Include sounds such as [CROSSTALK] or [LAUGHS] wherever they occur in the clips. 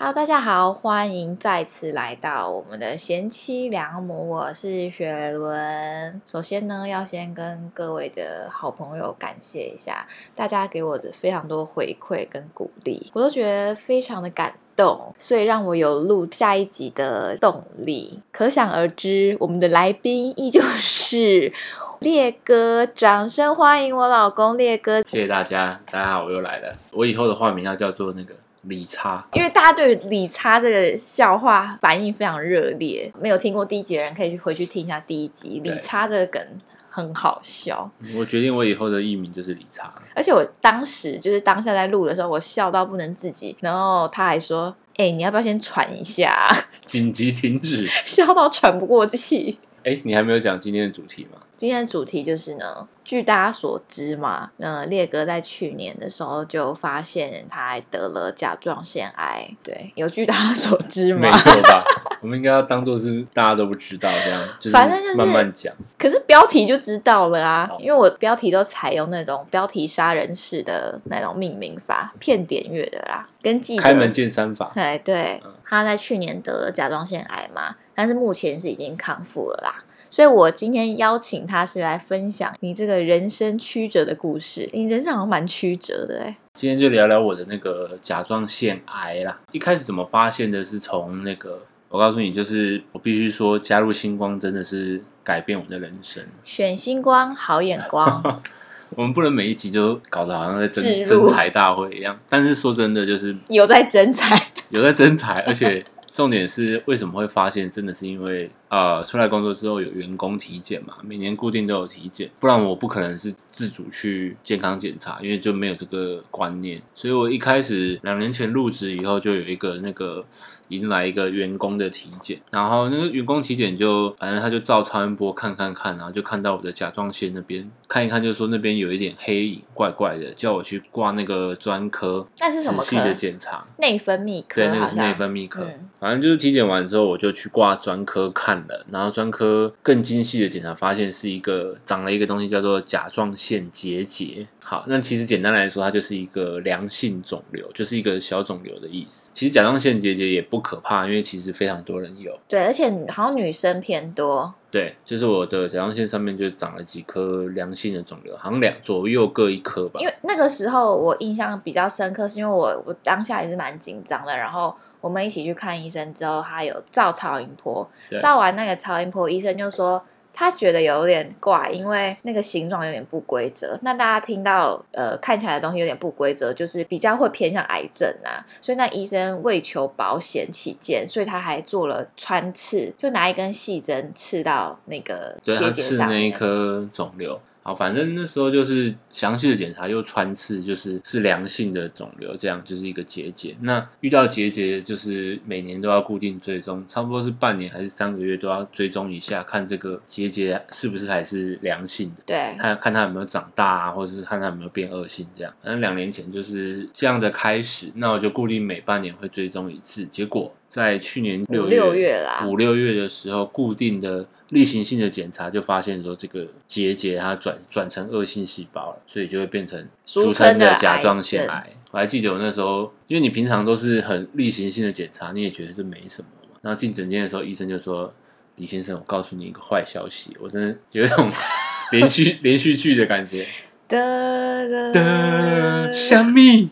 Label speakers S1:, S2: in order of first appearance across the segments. S1: Hello，大家好，欢迎再次来到我们的贤妻良母，我是雪伦。首先呢，要先跟各位的好朋友感谢一下，大家给我的非常多回馈跟鼓励，我都觉得非常的感动，所以让我有录下一集的动力。可想而知，我们的来宾依旧是 [LAUGHS] 烈哥，掌声欢迎我老公烈哥。
S2: 谢谢大家，大家好，我又来了。我以后的化名要叫做那个理查，
S1: 因为大家对于理查这个笑话反应非常热烈，没有听过第一集的人可以去回去听一下第一集。
S2: 对
S1: 理查这个梗很好笑，
S2: 我决定我以后的艺名就是理查。
S1: 而且我当时就是当下在录的时候，我笑到不能自己，然后他还说：“哎、你要不要先喘一下 [LAUGHS] 啊？”
S2: 紧急停止。
S1: 笑到喘不过气。
S2: 哎，你还没有讲今天的主题吗？
S1: 今天的主题就是呢，据大家所知嘛，呃，烈哥在去年的时候就发现他得了甲状腺癌，对，有据大家所知
S2: 没
S1: 吗
S2: 有？吧？我们应该要当做是大家都不知道这样，就是
S1: 反正就是
S2: 慢慢讲。
S1: 可是标题就知道了啊
S2: 哦，
S1: 因为我标题都采用那种标题杀人式的那种命名法，骗点阅的啦，跟记者
S2: 开门见山法，
S1: 哎，对
S2: 嗯，
S1: 他在去年得了甲状腺癌嘛，但是目前是已经康复了啦。所以我今天邀请他是来分享你这个人生曲折的故事。你人生好像蛮曲折的哎、
S2: 今天就聊聊我的那个甲状腺癌啦。一开始怎么发现的？是从那个，我告诉你，就是我必须说，加入星光真的是改变我的人生。
S1: 选星光好眼光，
S2: [LAUGHS] 我们不能每一集就搞得好像在争
S1: 置入
S2: 争财大会一样，但是说真的，就是
S1: 有在征才，
S2: 有在增财，而且重点是为什么会发现，真的是因为呃，出来工作之后有员工体检嘛，每年固定都有体检，不然我不可能是自主去健康检查，因为就没有这个观念。所以我一开始两年前入职以后，就有一个那个迎来一个员工的体检，然后那个员工体检就反正他就照超音波看看看，然后就看到我的甲状腺那边看一看，就说那边有一点黑影，怪怪的，叫我去挂那个专科，
S1: 那是什么
S2: 仔细
S1: 科
S2: 的检查。
S1: 内分泌科
S2: 对，那
S1: 好
S2: 个是
S1: 像
S2: 内分泌科。
S1: 嗯
S2: 反正就是体检完之后，我就去挂专科看了，然后专科更精细的检查，发现是一个长了一个东西叫做甲状腺结节。好，那其实简单来说，它就是一个良性肿瘤，就是一个小肿瘤的意思。其实甲状腺结节也不可怕，因为其实非常多人有。
S1: 对，而且好像女生偏多，
S2: 对，就是我的甲状腺上面就长了几颗良性的肿瘤，好像两左右各一颗吧
S1: 因。为那个时候我印象比较深刻，是因为我我当下也是蛮紧张的，然后我们一起去看医生之后，他有照超音波
S2: 对，
S1: 照完那个超音波，医生就说。他觉得有点怪，因为那个形状有点不规则。那大家听到呃看起来的东西有点不规则，就是比较会偏向癌症啊。所以那医生为求保险起见，所以他还做了穿刺，就拿一根细针刺到那个
S2: 对，
S1: 结
S2: 他
S1: 节
S2: 刺
S1: 上
S2: 那一
S1: 面。
S2: 颗肿瘤。好，反正那时候就是详细的检查，又穿刺，就是是良性的肿瘤，这样就是一个结节。那遇到结节，就是每年都要固定追踪，差不多是半年还是三个月都要追踪一下，看这个结节是不是还是良性的。
S1: 对，
S2: 看看他有没有长大啊，或者是看他有没有变恶性这样。反正两年前就是这样的开始，那我就固定每半年会追踪一次。结果在去年
S1: 五
S2: 六
S1: 哦六月啦
S2: 五六月的时候，固定的例行性的检查就发现说这个结节它转转成恶性细胞了，所以就会变成
S1: 俗
S2: 俗
S1: 称
S2: 称
S1: 的
S2: 的甲状腺
S1: 癌
S2: 癌。我还记得我那时候，因为你平常都是很例行性的检查，你也觉得这没什么嘛。然后进诊间的时候，医生就说：“李先生，我告诉你一个坏消息，我真的有一种 [LAUGHS] 连续连续剧的感觉。
S1: 的
S2: 的虾米，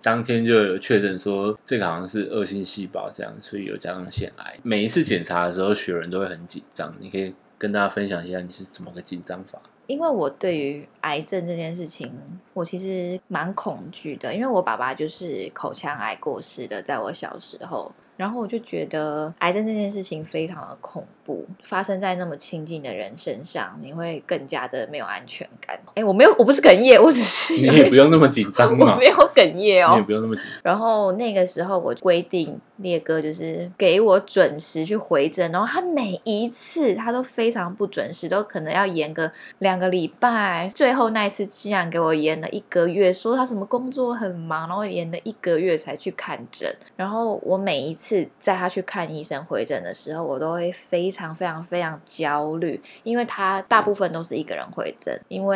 S2: 当天就有确诊说这个好像是恶性细胞这样，所以有甲状腺癌。每一次检查的时候，雪人都会很紧张，你可以跟大家分享一下你是怎么个紧张法。
S1: 因为我对于癌症这件事情，我其实蛮恐惧的，因为我爸爸就是口腔癌过世的，在我小时候，然后我就觉得癌症这件事情非常的恐怖，发生在那么亲近的人身上，你会更加的没有安全感。哎，我没有，我不是哽咽，我只是
S2: 你也不用那么紧张
S1: [LAUGHS] 我
S2: 嘛
S1: 没，有哽咽
S2: 你也
S1: 哦。
S2: 不用那么紧张。
S1: 然后那个时候我规定烈哥就是给我准时去回诊，然后他每一次他都非常不准时，都可能要延个两个礼拜。最后那一次竟然给我延了一个月，说他什么工作很忙，然后延了一个月才去看诊。然后我每一次在他去看医生回诊的时候，我都会非常非常非常焦虑，因为他大部分都是一个人回诊，因为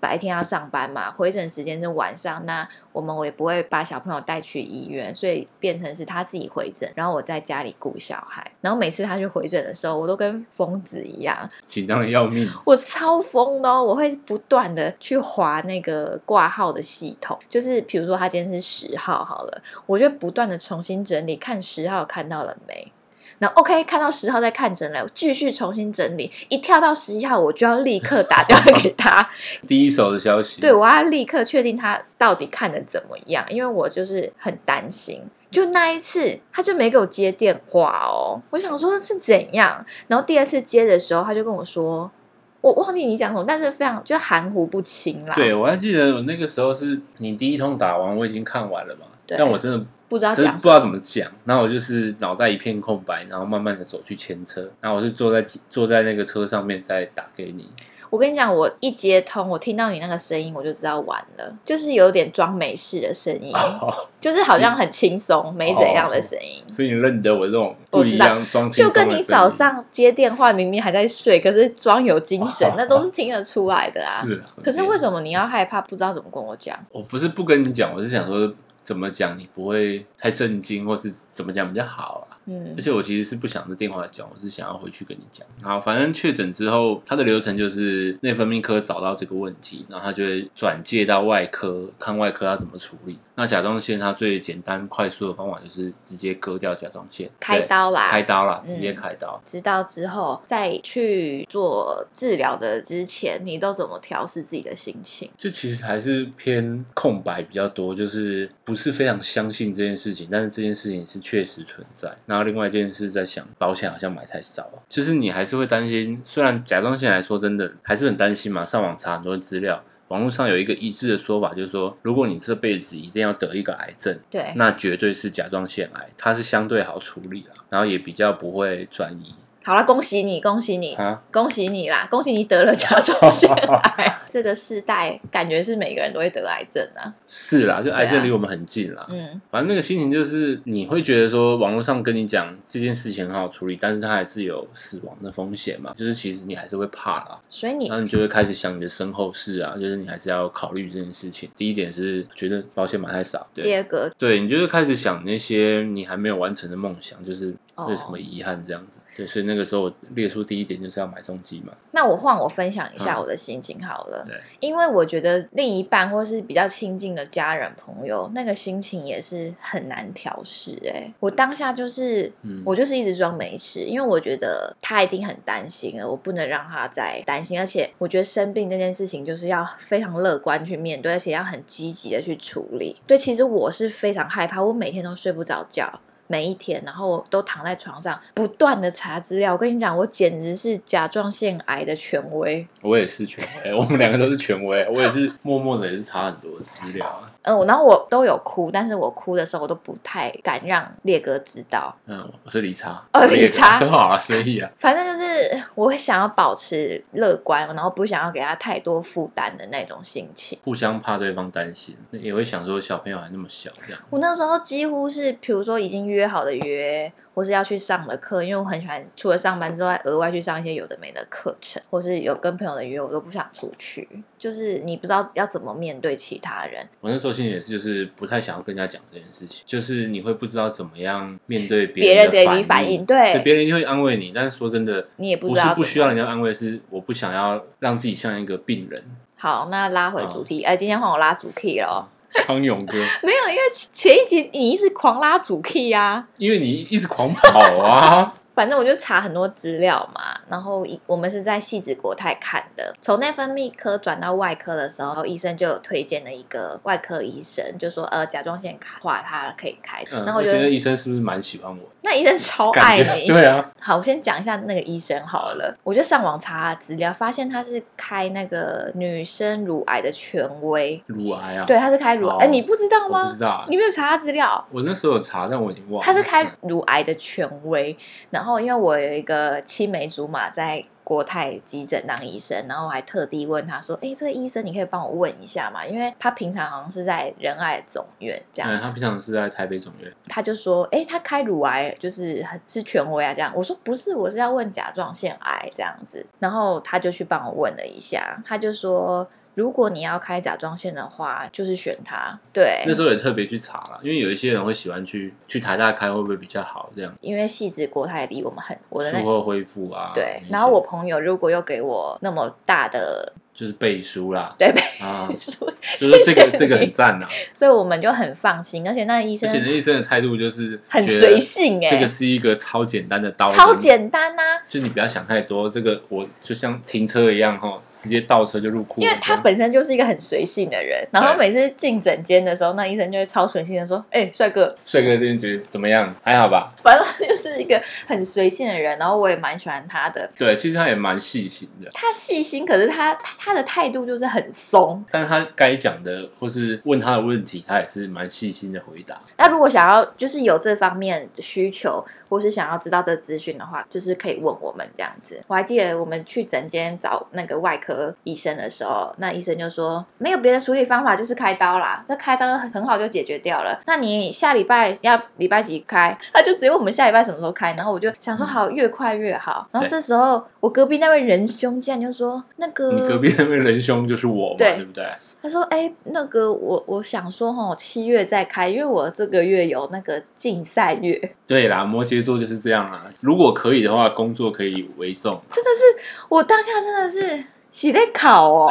S1: 白天要上班嘛，回诊时间是晚上，那我们我也不会把小朋友带去医院，所以变成是他自己回诊，然后我在家里顾小孩。然后每次他去回诊的时候，我都跟疯子一样，
S2: 紧张的要命。
S1: 我超疯的、哦，我会不断的去划那个挂号的系统，就是比如说他今天是十号好了，我就不断的重新整理，看十号看到了没。然后 OK，看到十号再看诊了，我继续重新整理。一跳到十一号，我就要立刻打电话给他，
S2: 第一手的消息，
S1: 对，我要立刻确定他到底看的怎么样，因为我就是很担心。就那一次，他就没给我接电话哦，我想说是怎样。然后第二次接的时候，他就跟我说，我忘记你讲什么，但是非常就含糊不清啦。
S2: 对，我还记得我那个时候是你第一通打完，我已经看完了嘛，
S1: 对
S2: 但我真的
S1: 不知道
S2: 真的
S1: 讲什
S2: 不知
S1: 么。
S2: 道怎么讲，然后我就是脑袋一片空白，然后慢慢的走去牵车，然后我是坐在坐在那个车上面再打给你，
S1: 我跟你讲，我一接通，我听到你那个声音，我就知道完了，就是有点装没事的声音，
S2: 哦
S1: 就是好
S2: 嗯
S1: 像很轻松，没怎样的声音。
S2: 所以你认得我这种
S1: 我
S2: 不
S1: 知
S2: 一
S1: 道
S2: 样装轻
S1: 就
S2: 松的
S1: 跟你早
S2: 声，
S1: 上接电话，明明还在睡，可是装有精神那都是听得出来的啊。
S2: 音哦是啊，
S1: 可是为
S2: 么
S1: 什么你要害怕不知道怎么跟我讲？
S2: 我不是不跟你讲，我是想说怎么讲你不会太震惊，或是怎么讲比较好啊？
S1: 嗯
S2: 而，且我其实是不想在电话讲，我是想要回去跟你讲。好，反正确诊之后，他的流程就是内分泌科找到这个问题，然后他就会转介到外科，看外科要怎么处理。那甲状腺它最简单快速的方法就是直接割掉甲状腺，
S1: 开
S2: 对
S1: 刀啦，
S2: 开刀啦，
S1: 嗯
S2: 直接开刀。
S1: 知道之后再去做治疗的之前，你都怎么调试自己的心情？
S2: 就其实还是偏空白比较多，就是不是非常相信这件事情，但是这件事情是确实存在。然后另外一件事在想，保险好像买太少了，就是你还是会担心。虽然甲状腺来说真的还是很担心嘛，上网查很多资料，网络上有一个一致的说法，就是说如果你这辈子一定要得一个癌症，
S1: 对，
S2: 那绝对是甲状腺癌，它是相对好处理啊，然后也比较不会转移
S1: 好了，恭喜你，恭喜你，
S2: 啊。
S1: 恭喜你啦！恭喜你得了甲状腺
S2: [LAUGHS]
S1: 癌。这个世代感觉是每个人都会得癌症啊。
S2: 是啦，就癌
S1: 对
S2: 症
S1: 啊
S2: 离我们很近啦。
S1: 嗯，
S2: 反正那个心情就是，你会觉得说，网络上跟你讲这件事情很好处理，但是它还是有死亡的风险嘛，就是其实你还是会怕啦，
S1: 所以你
S2: 然后你就会开始想你的身后事啊，就是你还是要考虑这件事情。第一点是觉得保险买太少，
S1: 第
S2: 对，
S1: 二个
S2: 对你就会开始想那些你还没有完成的梦想，就是
S1: 哦
S2: 有什么遗憾这样子。对，所以那个时候我列出第一点就是要买重机嘛，
S1: 那我换我分享一下
S2: 嗯
S1: 我的心情好了，
S2: 对
S1: 因为我觉得另一半或是比较亲近的家人朋友，那个心情也是很难调试。哎，我当下就是，
S2: 嗯
S1: 我就是一直装没事，因为我觉得他一定很担心了，我不能让他再担心。而且我觉得生病这件事情就是要非常乐观去面对，而且要很积极的去处理。对，其实我是非常害怕，我每天都睡不着觉，每一天，然后都躺在床上不断的查资料。我跟你讲，我简直是甲状腺癌的权威。
S2: 我也是权威，我们两个都是权威，我也是默默的也是查很多资料啊，
S1: 嗯，我然后我都有哭，但是我哭的时候我都不太敢让烈哥知道。
S2: 嗯，我是理查，
S1: 哦
S2: 我也
S1: 理
S2: [LAUGHS]
S1: 查
S2: 都好啊，所以啊。
S1: 反正就是我会想要保持乐观，然后不想要给他太多负担的那种心情。
S2: 互相怕对方担心，那也会想说小朋友还那么小，这样
S1: 我那时候几乎是，比如说已经约好的约，或是要去上的课，因为我很喜欢除了上班之外，额外去上一些有的没的课程，或是有跟朋友的约，我都不想出去。就是你不知道要怎么面对其他人，
S2: 我那时候心里也是，就是不太想要跟人家讲这件事情，就是你会不知道怎么样面对
S1: 别
S2: 人
S1: 人
S2: 的
S1: 给你反应，，对
S2: 对，别人就会安慰你，但是说真的，
S1: 你也不
S2: 不
S1: 知
S2: 是
S1: 道
S2: 不
S1: 怎
S2: 需要
S1: 么
S2: 人家安慰，是我不想要让自己像一个病人。
S1: 好，那拉
S2: 嗯
S1: 回主题，哎、今天换我拉主 key 了。
S2: [LAUGHS]
S1: 哦
S2: 康永哥，
S1: [LAUGHS] 没有，因为前一集你一直狂拉主 key 啊，
S2: 因为你一直狂跑
S1: [LAUGHS]
S2: 啊，
S1: 反正我就查很多资料嘛，然后一我们是在戏子国泰看的，从内分泌科转到外科的时候，医生就有推荐了一个外科医生，就说呃甲状腺开化它可以开，
S2: 嗯，
S1: 然后我
S2: 我
S1: 觉
S2: 觉得
S1: 得
S2: 医生是不是蛮喜欢我？
S1: 那医生超爱
S2: 感
S1: 你，
S2: 觉 [LAUGHS] 对啊，
S1: 好，我先讲一下那个医生好了。我就上网查资料，发现他是开那个女生乳癌的权威，
S2: 乳癌啊，
S1: 对，，他是开乳癌，
S2: 哦
S1: 哎、你不知道
S2: 我不
S1: 吗
S2: 知？道啊，
S1: 你没有查他资料？
S2: 我那时候有查，但我已经忘了。
S1: 他是开乳癌的权威，然后因为我有一个青梅竹马在国泰急诊当医生，然后我还特地问他说：“哎，这个医生你可以帮我问一下嘛？因为他平常好像是在仁爱总院这样。
S2: 嗯，他平常是在台北总院，
S1: 他就说：“哎，他开乳癌就是很是权威啊，这样。”我说：“不是，我是要问甲状腺癌这样子。”然后他就去帮我问了一下，他就说。如果你要开甲状腺的话，就是选它。对，
S2: 那时候也特别去查了，因为有一些人会喜欢去去台大开会不会比较好，这样
S1: 因为细子国它也离我们很，我的
S2: 术
S1: 那
S2: 后恢复啊。
S1: 对
S2: 那，些
S1: 然后我朋友如果又给我那么大的
S2: 就是背书啦，
S1: 对背
S2: 啊，
S1: 书，
S2: [LAUGHS] 就是这
S1: 谢谢
S2: 个
S1: 你
S2: 这个很赞呐、
S1: 所以我们就很放心，而且那医
S2: 而
S1: 生
S2: 且那医生的态度就是
S1: 很
S2: 觉得
S1: 随性哎、
S2: 这个是一个超简单的刀，
S1: 超简单啊呐、
S2: 就你不要想太多，这个我就像停车一样哈，直接倒车就入库。
S1: 因为他本身就是一个很随性的人，然后每次进诊间的时候，那医生就会超随性的说：“哎、帅哥，
S2: 帅哥这边觉得怎么样？还好吧？
S1: 反正他就是一个很随性的人。”然后我也蛮喜欢他的，
S2: 对，其实他也蛮细心的，
S1: 他细心，可是他他他的态度就是很松。
S2: 但是他该讲的或是问他的问题，他也是蛮细心的回答。
S1: 那如果想要就是有这方面需求，或是想要知道这资讯的话，就是可以问我们这样子。我还记得我们去诊间找那个外科医生的时候，那医生就说没有别的处理方法，就是开刀啦，这开刀很好就解决掉了。那你下礼拜要礼拜几开？他就只有我们下礼拜什么时候开，然后我就想说
S2: 嗯
S1: 好，越快越好。然后
S2: 对
S1: 这时候我隔壁那位仁兄竟然就说那个
S2: 你隔壁那位仁兄就是我嘛，
S1: 嗯对
S2: 对不对？
S1: 他说：“哎、那个我我想说哈，七月再开，因为我这个月有那个竞赛月，
S2: 对啦，摩羯座就是这样啦。如果可以的话，工作可以为重。
S1: 真的是我当下真的是洗在考
S2: [LAUGHS]
S1: 哦。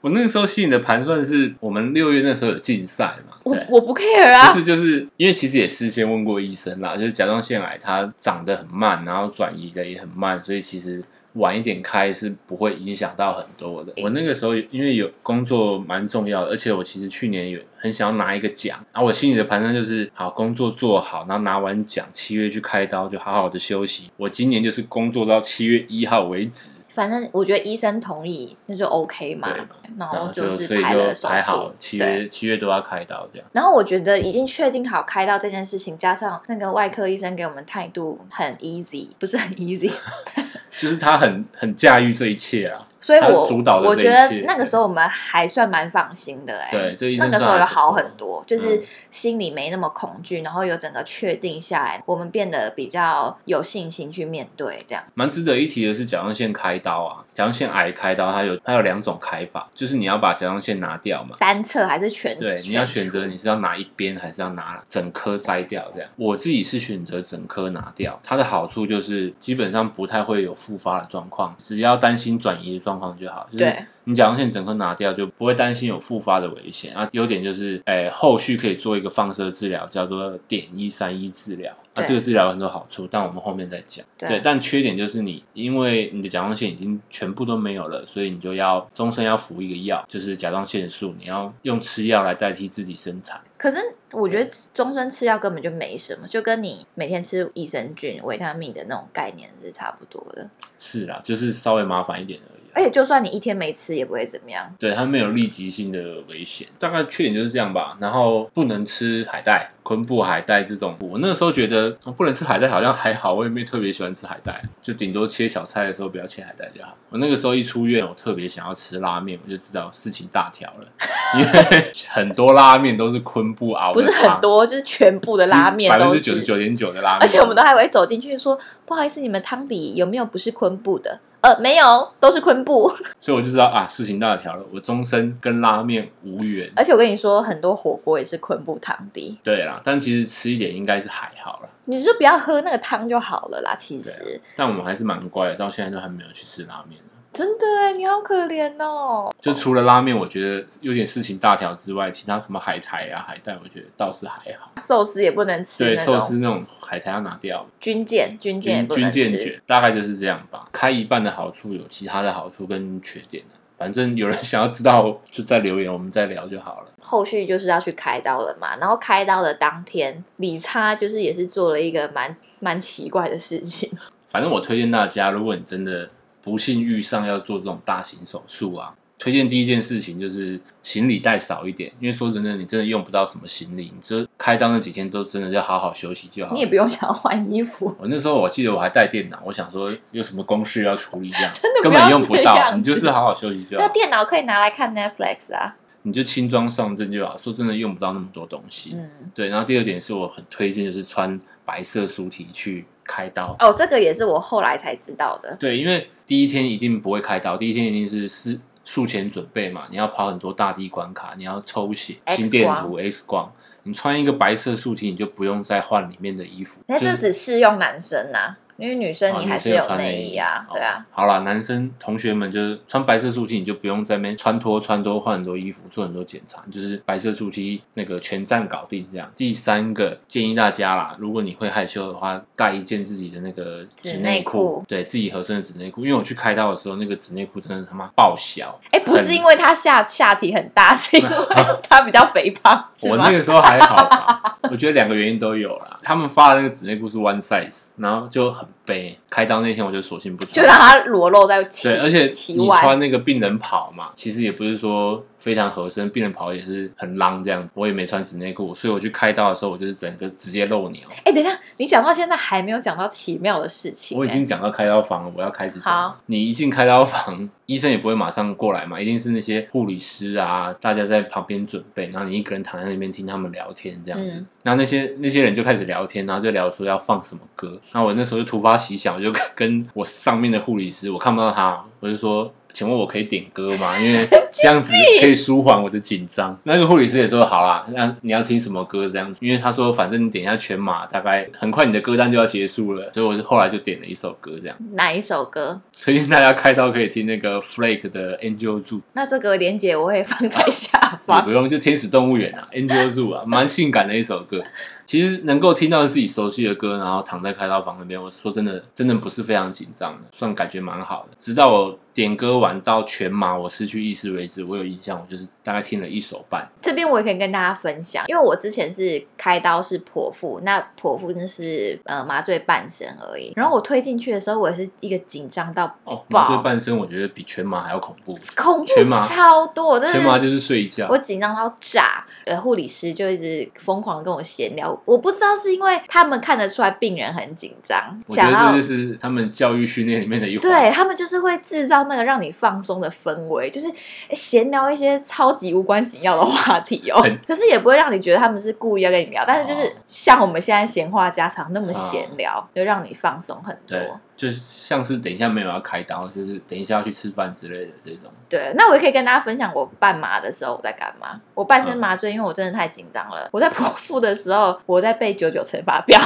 S2: 我那个时候吸引的盘算是我们六月那时候有竞赛嘛，
S1: 我
S2: 对。
S1: 我不 [LAUGHS] care
S2: 不
S1: 啊，
S2: 是，就是因为其实也事先问过医生啦，就是甲状腺癌它长得很慢，然后转移的也很慢，所以其实晚一点开是不会影响到很多的。我那个时候因为有工作蛮重要的，而且我其实去年有很想要拿一个奖，然后我心里的盘算就是，好工作做好，然后拿完奖七月去开刀，就好好的休息。我今年就是工作到七月一号为止，
S1: 反正我觉得医生同意那就 OK 嘛
S2: 对嘛。
S1: 然
S2: 然后
S1: 后
S2: 就
S1: 就是
S2: 所以
S1: 排了
S2: 就
S1: 手
S2: 排
S1: 术
S2: 好，七
S1: 对
S2: 月七月都要开刀这样。
S1: 然后我觉得已经确定好开刀这件事情，加上那个外科医生给我们态度很 easy，不是很 easy，
S2: 就是他很很驾驭这一切啊，
S1: 所以
S2: 他
S1: 我
S2: 主导的
S1: 我
S2: 这
S1: 觉
S2: 一
S1: 得
S2: 切
S1: 那个时候我们还算蛮放心的哎、
S2: 对，这医
S1: 那
S2: 生
S1: 个时候
S2: 算
S1: 有
S2: 还不
S1: 好
S2: 错
S1: 很多，就是
S2: 嗯
S1: 心里没那么恐惧，然后有整个确定下来，我们变得比较有信心去面对这样。
S2: 蛮值得一提的是甲状腺开刀啊，甲状腺癌开刀它有它有两种开法，就是你要把甲状腺拿掉嘛。
S1: 单侧还是全
S2: 对，你要选
S1: 除
S2: 择你是要拿一边还是要拿整颗摘掉这样。我自己是选择整颗拿掉，它的好处就是基本上不太会有复发的状况，只要担心转移的状况就好。就是
S1: 对
S2: 你甲状腺整颗拿掉就不会担心有复发的危险啊。优点就是，哎、后续可以做一个放射治疗，叫做点一三一治疗。啊，
S1: 对
S2: 这个治疗有很多好处，但我们后面再讲。
S1: 对
S2: 对，但缺点就是你因为你的甲状腺已经全部都没有了，所以你就要终身要服一个药，就是甲状腺素，你要用吃药来代替自己生产。
S1: 可是我觉得终身吃药根本就没什么，就跟你每天吃益生菌、维他命的那种概念是差不多的。
S2: 是啦，就是稍微麻烦一点而已啊、
S1: 而且就算你一天没吃也不会怎么样。
S2: 对，它没有立即性的危险，大概缺点就是这样吧。然后不能吃海带、昆布海带这种，我那时候觉得、哦不能吃海带好像还好，我也没有特别喜欢吃海带，就顶多切小菜的时候不要切海带就好。我那个时候一出院，我特别想要吃拉面，我就知道事情大条了，因
S1: [LAUGHS]
S2: 为很多拉面都是昆布熬
S1: 不
S2: 的
S1: 是很
S2: 汤，
S1: 多，就是全部的拉面
S2: 百分
S1: 都
S2: 之九十
S1: 是，
S2: 九点九的拉面，
S1: 而且我们都还会走进去说：“不好意思，你们汤底有没有不是昆布的？”呃，没有，都是昆布。
S2: 所以我就知道啊，事情大条了，我终身跟拉面无缘。
S1: 而且我跟你说，很多火锅也是昆布汤底，
S2: 对啦，但其实吃一点应该是还好啦。
S1: 你就不要喝那个汤就好了啦。其实、
S2: 但我们还是蛮乖的，到现在都还没有去吃拉面呢
S1: 真的哎，你好可怜哦。
S2: 就除了拉面，我觉得有点事情大条之外，其他什么海苔啊、海带，我觉得倒是还好。
S1: 寿司也不能吃
S2: 对，
S1: 那
S2: 寿司
S1: 种
S2: 那种海苔要拿掉，
S1: 军舰，军舰也
S2: 军
S1: 不能
S2: 军舰
S1: 吃。
S2: 卷大概就是这样吧。开一半的好处有其他的好处跟缺点、啊、反正有人想要知道，就在留言，我们再聊就好了。
S1: 后续就是要去开刀了嘛，然后开刀的当天，李差就是也是做了一个蛮蛮奇怪的事情，
S2: 反正我推荐大家，如果你真的不幸遇上要做这种大型手术啊，推荐第一件事情就是行李带少一点，因为说真的，你真的用不到什么行李，你这开刀那几天都真的要好好休息就好。
S1: 你也不用想要换衣服，
S2: 我那时候我记得我还带电脑，我想说有什么公事要处理这样，
S1: [LAUGHS] 真的
S2: 根
S1: 要
S2: 本用不
S1: 这样
S2: 到，
S1: 子
S2: 你就是好好休息就
S1: 那
S2: 好，
S1: 电脑可以拿来看 Netflix 啊，
S2: 你就轻装上阵就好。说真的，用不到那么多东西。
S1: 嗯，
S2: 对，然后第二点是我很推荐，就是穿白色书体去开刀。
S1: 哦，这个也是我后来才知道的，
S2: 对，因为第一天一定不会开刀，第一天一定是是术前准备嘛，你要跑很多大地关卡，你要抽血、
S1: X
S2: 心电图、X 光。你穿一个白色素 T，你就不用再换里面的衣服。
S1: 那
S2: 就是
S1: 这只适用男生呐、啊因为女生
S2: 哦
S1: 你
S2: 女
S1: 还是
S2: 生有
S1: 有
S2: 穿
S1: 内衣啊，
S2: 哦
S1: 对啊，
S2: 好啦，男生同学们就是穿白色素 T，你就不用在那边穿脱、穿脱、换很多衣服、做很多检查，就是白色素 T 那个全站搞定这样。第三个建议大家啦，如果你会害羞的话，带一件自己的那个
S1: 纸
S2: 纸
S1: 内
S2: 内
S1: 裤
S2: 裤，对自己合身的纸内裤，因为我去开刀的时候，那个纸内裤真的他妈爆小，
S1: 哎、不是
S2: 很啊
S1: 因为她下下体很大，是
S2: [LAUGHS]
S1: 因为她比较肥胖，是
S2: 我
S1: 吗
S2: 那？个时候还好吧，我觉得两个原因都有啦。他们发的那个纸内裤是 one size，然后就很背。开刀那天我就索性不穿，
S1: 就让她裸露在其
S2: 对，而且
S1: 其
S2: 你
S1: 外
S2: 穿，那个病人袍嘛，其实也不是说非常合身，病人袍也是很浪这样子。我也没穿纸内裤，所以我去开刀的时候，我就是整个直接露哦鸟。
S1: 哎、等一下，你讲到现在还没有讲到奇妙的事情、
S2: 我已
S1: 哎
S2: 经讲到开刀房了，我要开始讲。
S1: 好，
S2: 你一进开刀房，医生也不会马上过来嘛，一定是那些护理师啊，大家在旁边准备，然后你一个人躺在那边听他们聊天这样子。
S1: 嗯
S2: 然后那些那些人就开始聊天，然后就聊说要放什么歌。那我那时候就突发奇想，我就跟跟我上面的护理师，我看不到他，我就说。请问我可以点歌吗？因为这样子可以舒缓我的紧张。那个护理师也说好啦，那你要听什么歌这样子？因为他说反正你点一下全马，大概很快你的歌单就要结束了，所以我就后来就点了一首歌这样。
S1: 哪一首歌？
S2: 推荐大家开刀可以听那个 Flake 的 Angel Zoo，
S1: 那这个连接我会放在下
S2: 也
S1: 方。
S2: 不用就天使动物园
S1: [LAUGHS]
S2: 啊，Angel Zoo 啊，蛮性感的一首歌。其实能够听到自己熟悉的歌，然后躺在开刀房那边，我说真的，真的不是非常紧张的，算感觉蛮好的。直到我点歌完到全麻，我失去意识为止，我有印象，我就是大概听了一首半。
S1: 这边我也可以跟大家分享，因为我之前是开刀是剖腹，那剖腹真的是呃麻醉半身而已。然后我推进去的时候，我也是一个紧张到
S2: 哦，
S1: 爆
S2: 麻醉半身，我觉得比全麻还要恐怖。
S1: 恐怖
S2: 全麻
S1: 超多，我真
S2: 全麻
S1: 的
S2: 就是是睡觉
S1: 我，紧张到炸。呃，护理师就一直疯狂地跟我闲聊，我不知道是因为他们看得出来病人很紧张，
S2: 我觉
S1: 想要
S2: 得这就是他们教育训练里面的一环。
S1: 啊对他们就是会制造那个让你放松的氛围，就是诶闲聊一些超级无关紧要的话题哦
S2: 很。
S1: 可是也不会让你觉得他们是故意要跟你聊，但是就是
S2: 哦
S1: 像我们现在闲话家常那么
S2: 哦
S1: 闲聊，就让你放松很多
S2: 对。，就是像是等一下没有要开刀，就是等一下要去吃饭之类的这种。 [LAUGHS]
S1: 对，那我也可以跟大家分享我半麻的时候我在干嘛。我半
S2: 嗯
S1: 身麻醉，因为我真的太紧张了。我在剖腹的时候，我在背九九乘法表，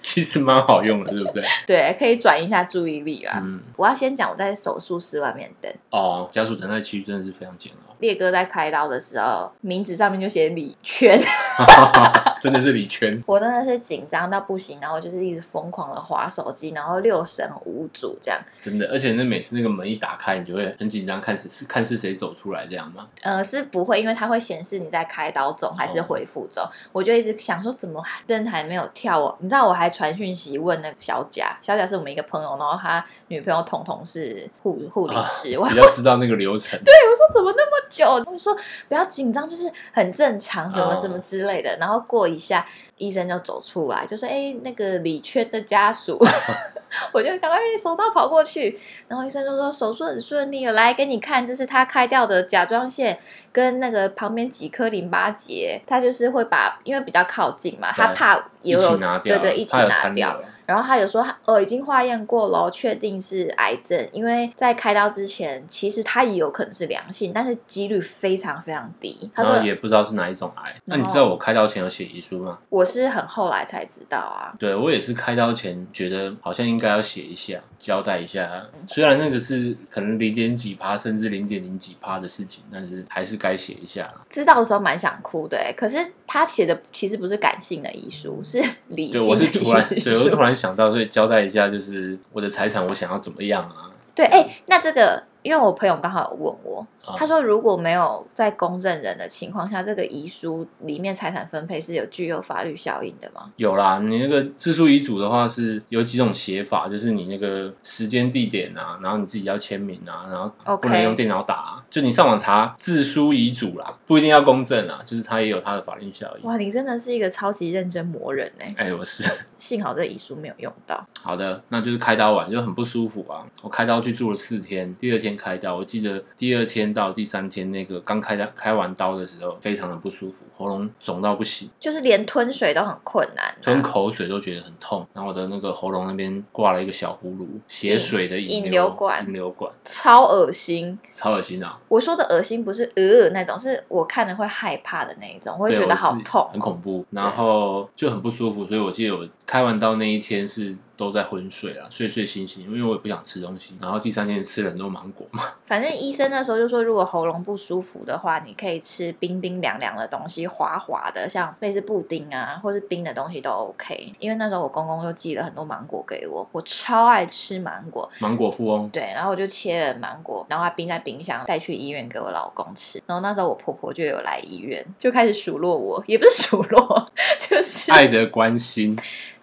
S2: 其实蛮好用的，对不对？
S1: [LAUGHS] 对，啊可以转移一下注意力啦。
S2: 嗯，
S1: 我要先讲我在手术室外面等
S2: 哦，家属等待期真的是非常煎
S1: 烈哥在开刀的时候，名字上面就写李全， [LAUGHS]
S2: 熬， [LAUGHS] 真的是里圈。
S1: 我真的是紧张到不行，然后就是一直疯狂的划手机，然后六神无主这样。
S2: 真的，而且那每次那个门一打开，你就会很紧张，看是是看是谁走出来这样吗？
S1: 呃，是不会，因为它会显示你在开刀中还是
S2: 哦
S1: 恢复中。我就一直想说，怎么灯还没有跳哦？你知道，我还传讯息问那个小贾，小贾是我们一个朋友，然后他女朋友彤彤是护护理师，我还
S2: 比较知道那个
S1: [LAUGHS]
S2: 流程。对，
S1: 我说怎么那么久？他们说不要紧张，就是很正常，什么
S2: 哦
S1: 什么之类的。然后过一下，医生就走出来，就说：“哎、那个李缺的家属。” [LAUGHS] 我就赶快手刀跑过去，然后医生就说手术很顺利了，来给你看，这是他开掉的甲状腺跟那个旁边几颗淋巴结，他就是会把因为比较靠近嘛，他
S2: 对
S1: 怕也
S2: 一
S1: 有
S2: 起拿掉，
S1: 对对，一起
S2: 他有
S1: 拿
S2: 残留
S1: 掉，。然后他有说，呃，已经化验过了，确定是癌症，因为在开刀之前，其实他也有可能是良性，但是几率非常非常低。他
S2: 然后
S1: 说哦
S2: 也不知道是哪一种癌。那你知道我开刀前有写遗书吗？
S1: 我是很后来才知道啊，
S2: 对我也是开刀前觉得好像应该要写一下，交代一下。虽然那个是可能零点几趴，甚至零点零几趴的事情，但是还是该写一下啦。
S1: 知道的时候蛮想哭的、欸，可是他写的其实不是感性的遗书，是理
S2: 对，
S1: 性
S2: 我
S1: 的
S2: 是突然，
S1: 遗
S2: 对，我
S1: 书
S2: 是。突然想到，所以交代一下，就是我的财产我想要怎么样啊？
S1: 对，哎、那这个，因为我朋友刚好有问我，
S2: 啊
S1: 他说如果没有在公证人的情况下，这个遗书里面财产分配是有具有法律效应的吗？
S2: 有啦，你那个自述遗嘱的话是有几种写法，就是你那个时间、地点啊，然后你自己要签名啊，然后
S1: OK
S2: 不能用电脑打、啊就你上网查自书遗嘱啦，不一定要公证啊，就是它也有它的法律效应。
S1: 哇，你真的是一个超级认真磨人哎、
S2: 哎、我是
S1: 幸好这遗书没有用到。
S2: 好的，那就是开刀完就很不舒服啊。我开刀去住了四天，第二天开刀，我记得第二天到第三天那个刚开刀开完刀的时候，非常的不舒服，喉咙肿到不行。
S1: 就是连吞水都很困难、啊，
S2: 吞口水都觉得很痛，然后我的那个喉咙那边挂了一个小葫芦，血水的
S1: 引
S2: 引
S1: 流
S2: 流
S1: 管
S2: 引流管，
S1: 超恶心。
S2: 超恶心啊！
S1: 我说的恶心不是呃那种，是我看了会害怕的那一种，我会
S2: 对
S1: 觉得
S2: 我
S1: 好
S2: 是
S1: 痛，哦
S2: 很恐怖，然后就很不舒服，所以我记得我开完刀那一天是都在昏睡啦，睡睡醒醒，因为我也不想吃东西，然后第三天吃了很多芒果嘛，
S1: 反正医生那时候就说，如果喉咙不舒服的话，你可以吃冰冰凉凉的东西，滑滑的，像类似布丁啊，或是冰的东西都 OK。因为那时候我公公就寄了很多芒果给我，我超爱吃芒果，
S2: 芒果富翁，
S1: 对，然后我就切了芒果，然后还冰在冰箱，带去医院给我老公吃。然后那时候我婆婆就有来医院，就开始数落我，也不是数落， [LAUGHS] [LAUGHS] 就是
S2: 爱的关心，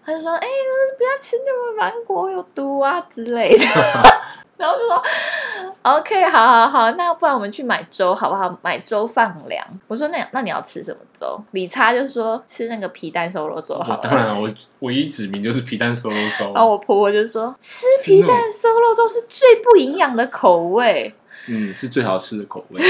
S1: 他就说：“哎、不要吃那个芒果有毒啊之类
S2: [LAUGHS]
S1: 的。”然后就说：“OK，好好好，那不然我们去买粥好不好？买粥放凉。”我说：“那那你要吃什么粥？”理查就说：“吃那个皮蛋瘦肉粥
S2: 我
S1: 好了。”
S2: 哦当然啊我唯一指名就是皮蛋瘦肉粥，
S1: 然后我婆婆就说：“吃
S2: 吃
S1: 皮
S2: 那种
S1: 蛋瘦肉粥是最不营养的口味。”
S2: 嗯，是最好吃的口味，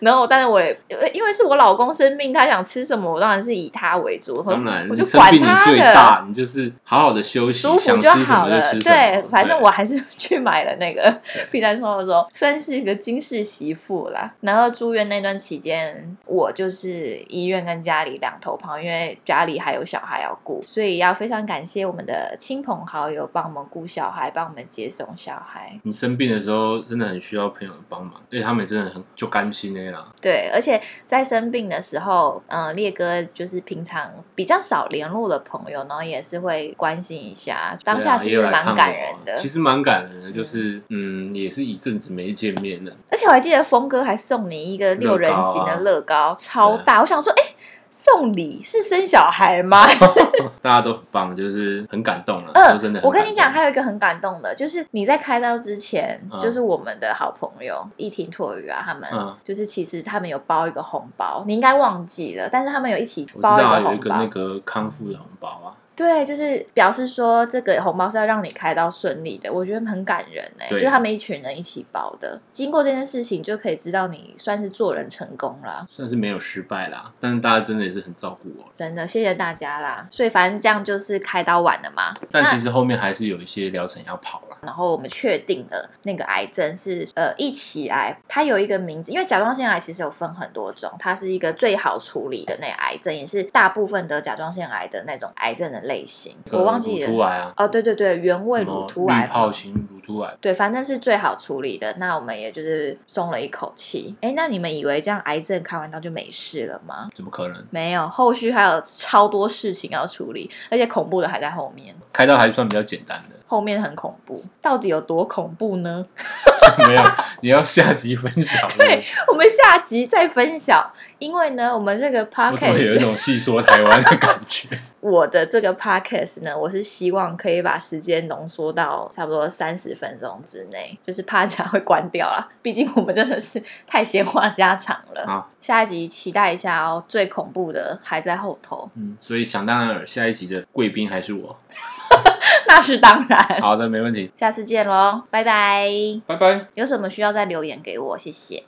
S1: 然后，但是我也因为因为是我老公生病，他想吃什么，我当然是以他为主。我
S2: 当然
S1: 我
S2: 你
S1: 就
S2: 生
S1: 管
S2: 病你
S1: 他
S2: 最
S1: 的。
S2: 大，你就是好好的休息，
S1: 舒服
S2: 想吃
S1: 就
S2: 什
S1: 好
S2: 么就
S1: 了。
S2: 吃什么
S1: 对，，反正我还是去买了那个
S2: 对
S1: 皮蛋瘦肉粥，算是一个金氏媳妇啦。然后住院那段期间，我就是医院跟家里两头跑，因为家里还有小孩要顾，所以要非常感谢我们的亲朋好友帮我们顾小孩，帮我们接送小孩。
S2: 你生病的时候真的很需要朋友的帮忙，而且他们真的很就甘心的啦，
S1: 对，而且在生病的时候，嗯、烈哥就是平常比较少联络的朋友，然后也是会关心一下，当下
S2: 对啊
S1: 其
S2: 也有
S1: 实
S2: 来看
S1: 蛮
S2: 我啊
S1: 感人的。
S2: 其实蛮感人的，就是嗯，也是一阵子没见面了，
S1: 而且我还记得峰哥还送你一个六人
S2: 啊
S1: 形的乐高，超大。我想说，哎、送礼是生小孩
S2: [LAUGHS]
S1: 吗？
S2: 大家都很棒，就是很感动了，
S1: 嗯
S2: 说真的，
S1: 我跟你讲，还
S2: 有
S1: 有一个很感动的，就是你在开刀之前，
S2: 嗯
S1: 就是我们的好朋友一婷拓宇啊，他们、
S2: 嗯
S1: 就是其实他们有包一个红包，你应该忘记了，但是他们有一起
S2: 我知
S1: 包
S2: 道
S1: 个
S2: 啊有一
S1: 红
S2: 个
S1: 包，
S2: 那个康复的红包啊，
S1: 对，就是表示说这个红包是要让你开刀顺利的，我觉得很感人哎、
S2: 对
S1: 就是他们一群人一起包的，经过这件事情就可以知道你算是做人成功了。
S2: 算是没有失败啦，但是大家真的也是很照顾我，
S1: 真的，谢谢大家啦。所以反正这样就是开刀完了嘛，
S2: 但
S1: 那
S2: 其实后面还是有一些疗程要跑啦。
S1: 然后我们确定了那个癌症是呃一期癌，它有一个名字，因为甲状腺癌其实有分很多种，它是一个最好处理的那个癌症，也是大部分得甲状腺癌的那种癌症的类型。我忘记了
S2: 那个乳突癌啊，
S1: 哦，对对对，原位
S2: 什么
S1: 乳突癌
S2: 滤
S1: 嘛，
S2: 泡型乳突癌，
S1: 对，反正是最好处理的。那我们也就是松了一口气。哎，那你们以为这样癌症开完刀就没事了吗？
S2: 怎么可能？
S1: 没有，后续还有超多事情要处理，而且恐怖的还在后面，
S2: 开刀还算比较简单的， [LAUGHS]
S1: 后面很恐怖，到底有多恐怖呢？ [LAUGHS]
S2: 没有，你要下集分享。
S1: 对，我们下集再分享，因为呢，我们这个
S2: 我怎么有
S1: podcast
S2: 一种细说台湾的感
S1: [LAUGHS]
S2: 觉？
S1: 我的这个 podcast 呢，我是希望可以把时间浓缩到差不多三十分钟之内，就是怕讲会关掉啦，毕竟我们真的是太闲话家常了。
S2: 好
S1: 下一集期待一下哦，最恐怖的还在后头， [LAUGHS]
S2: 嗯，所以想当然尔，下一集的贵宾还是我。
S1: 那是当然。
S2: 好的，没问题，
S1: 下次见喽，拜拜！
S2: 拜拜。
S1: 有什么需要再留言给我，谢谢。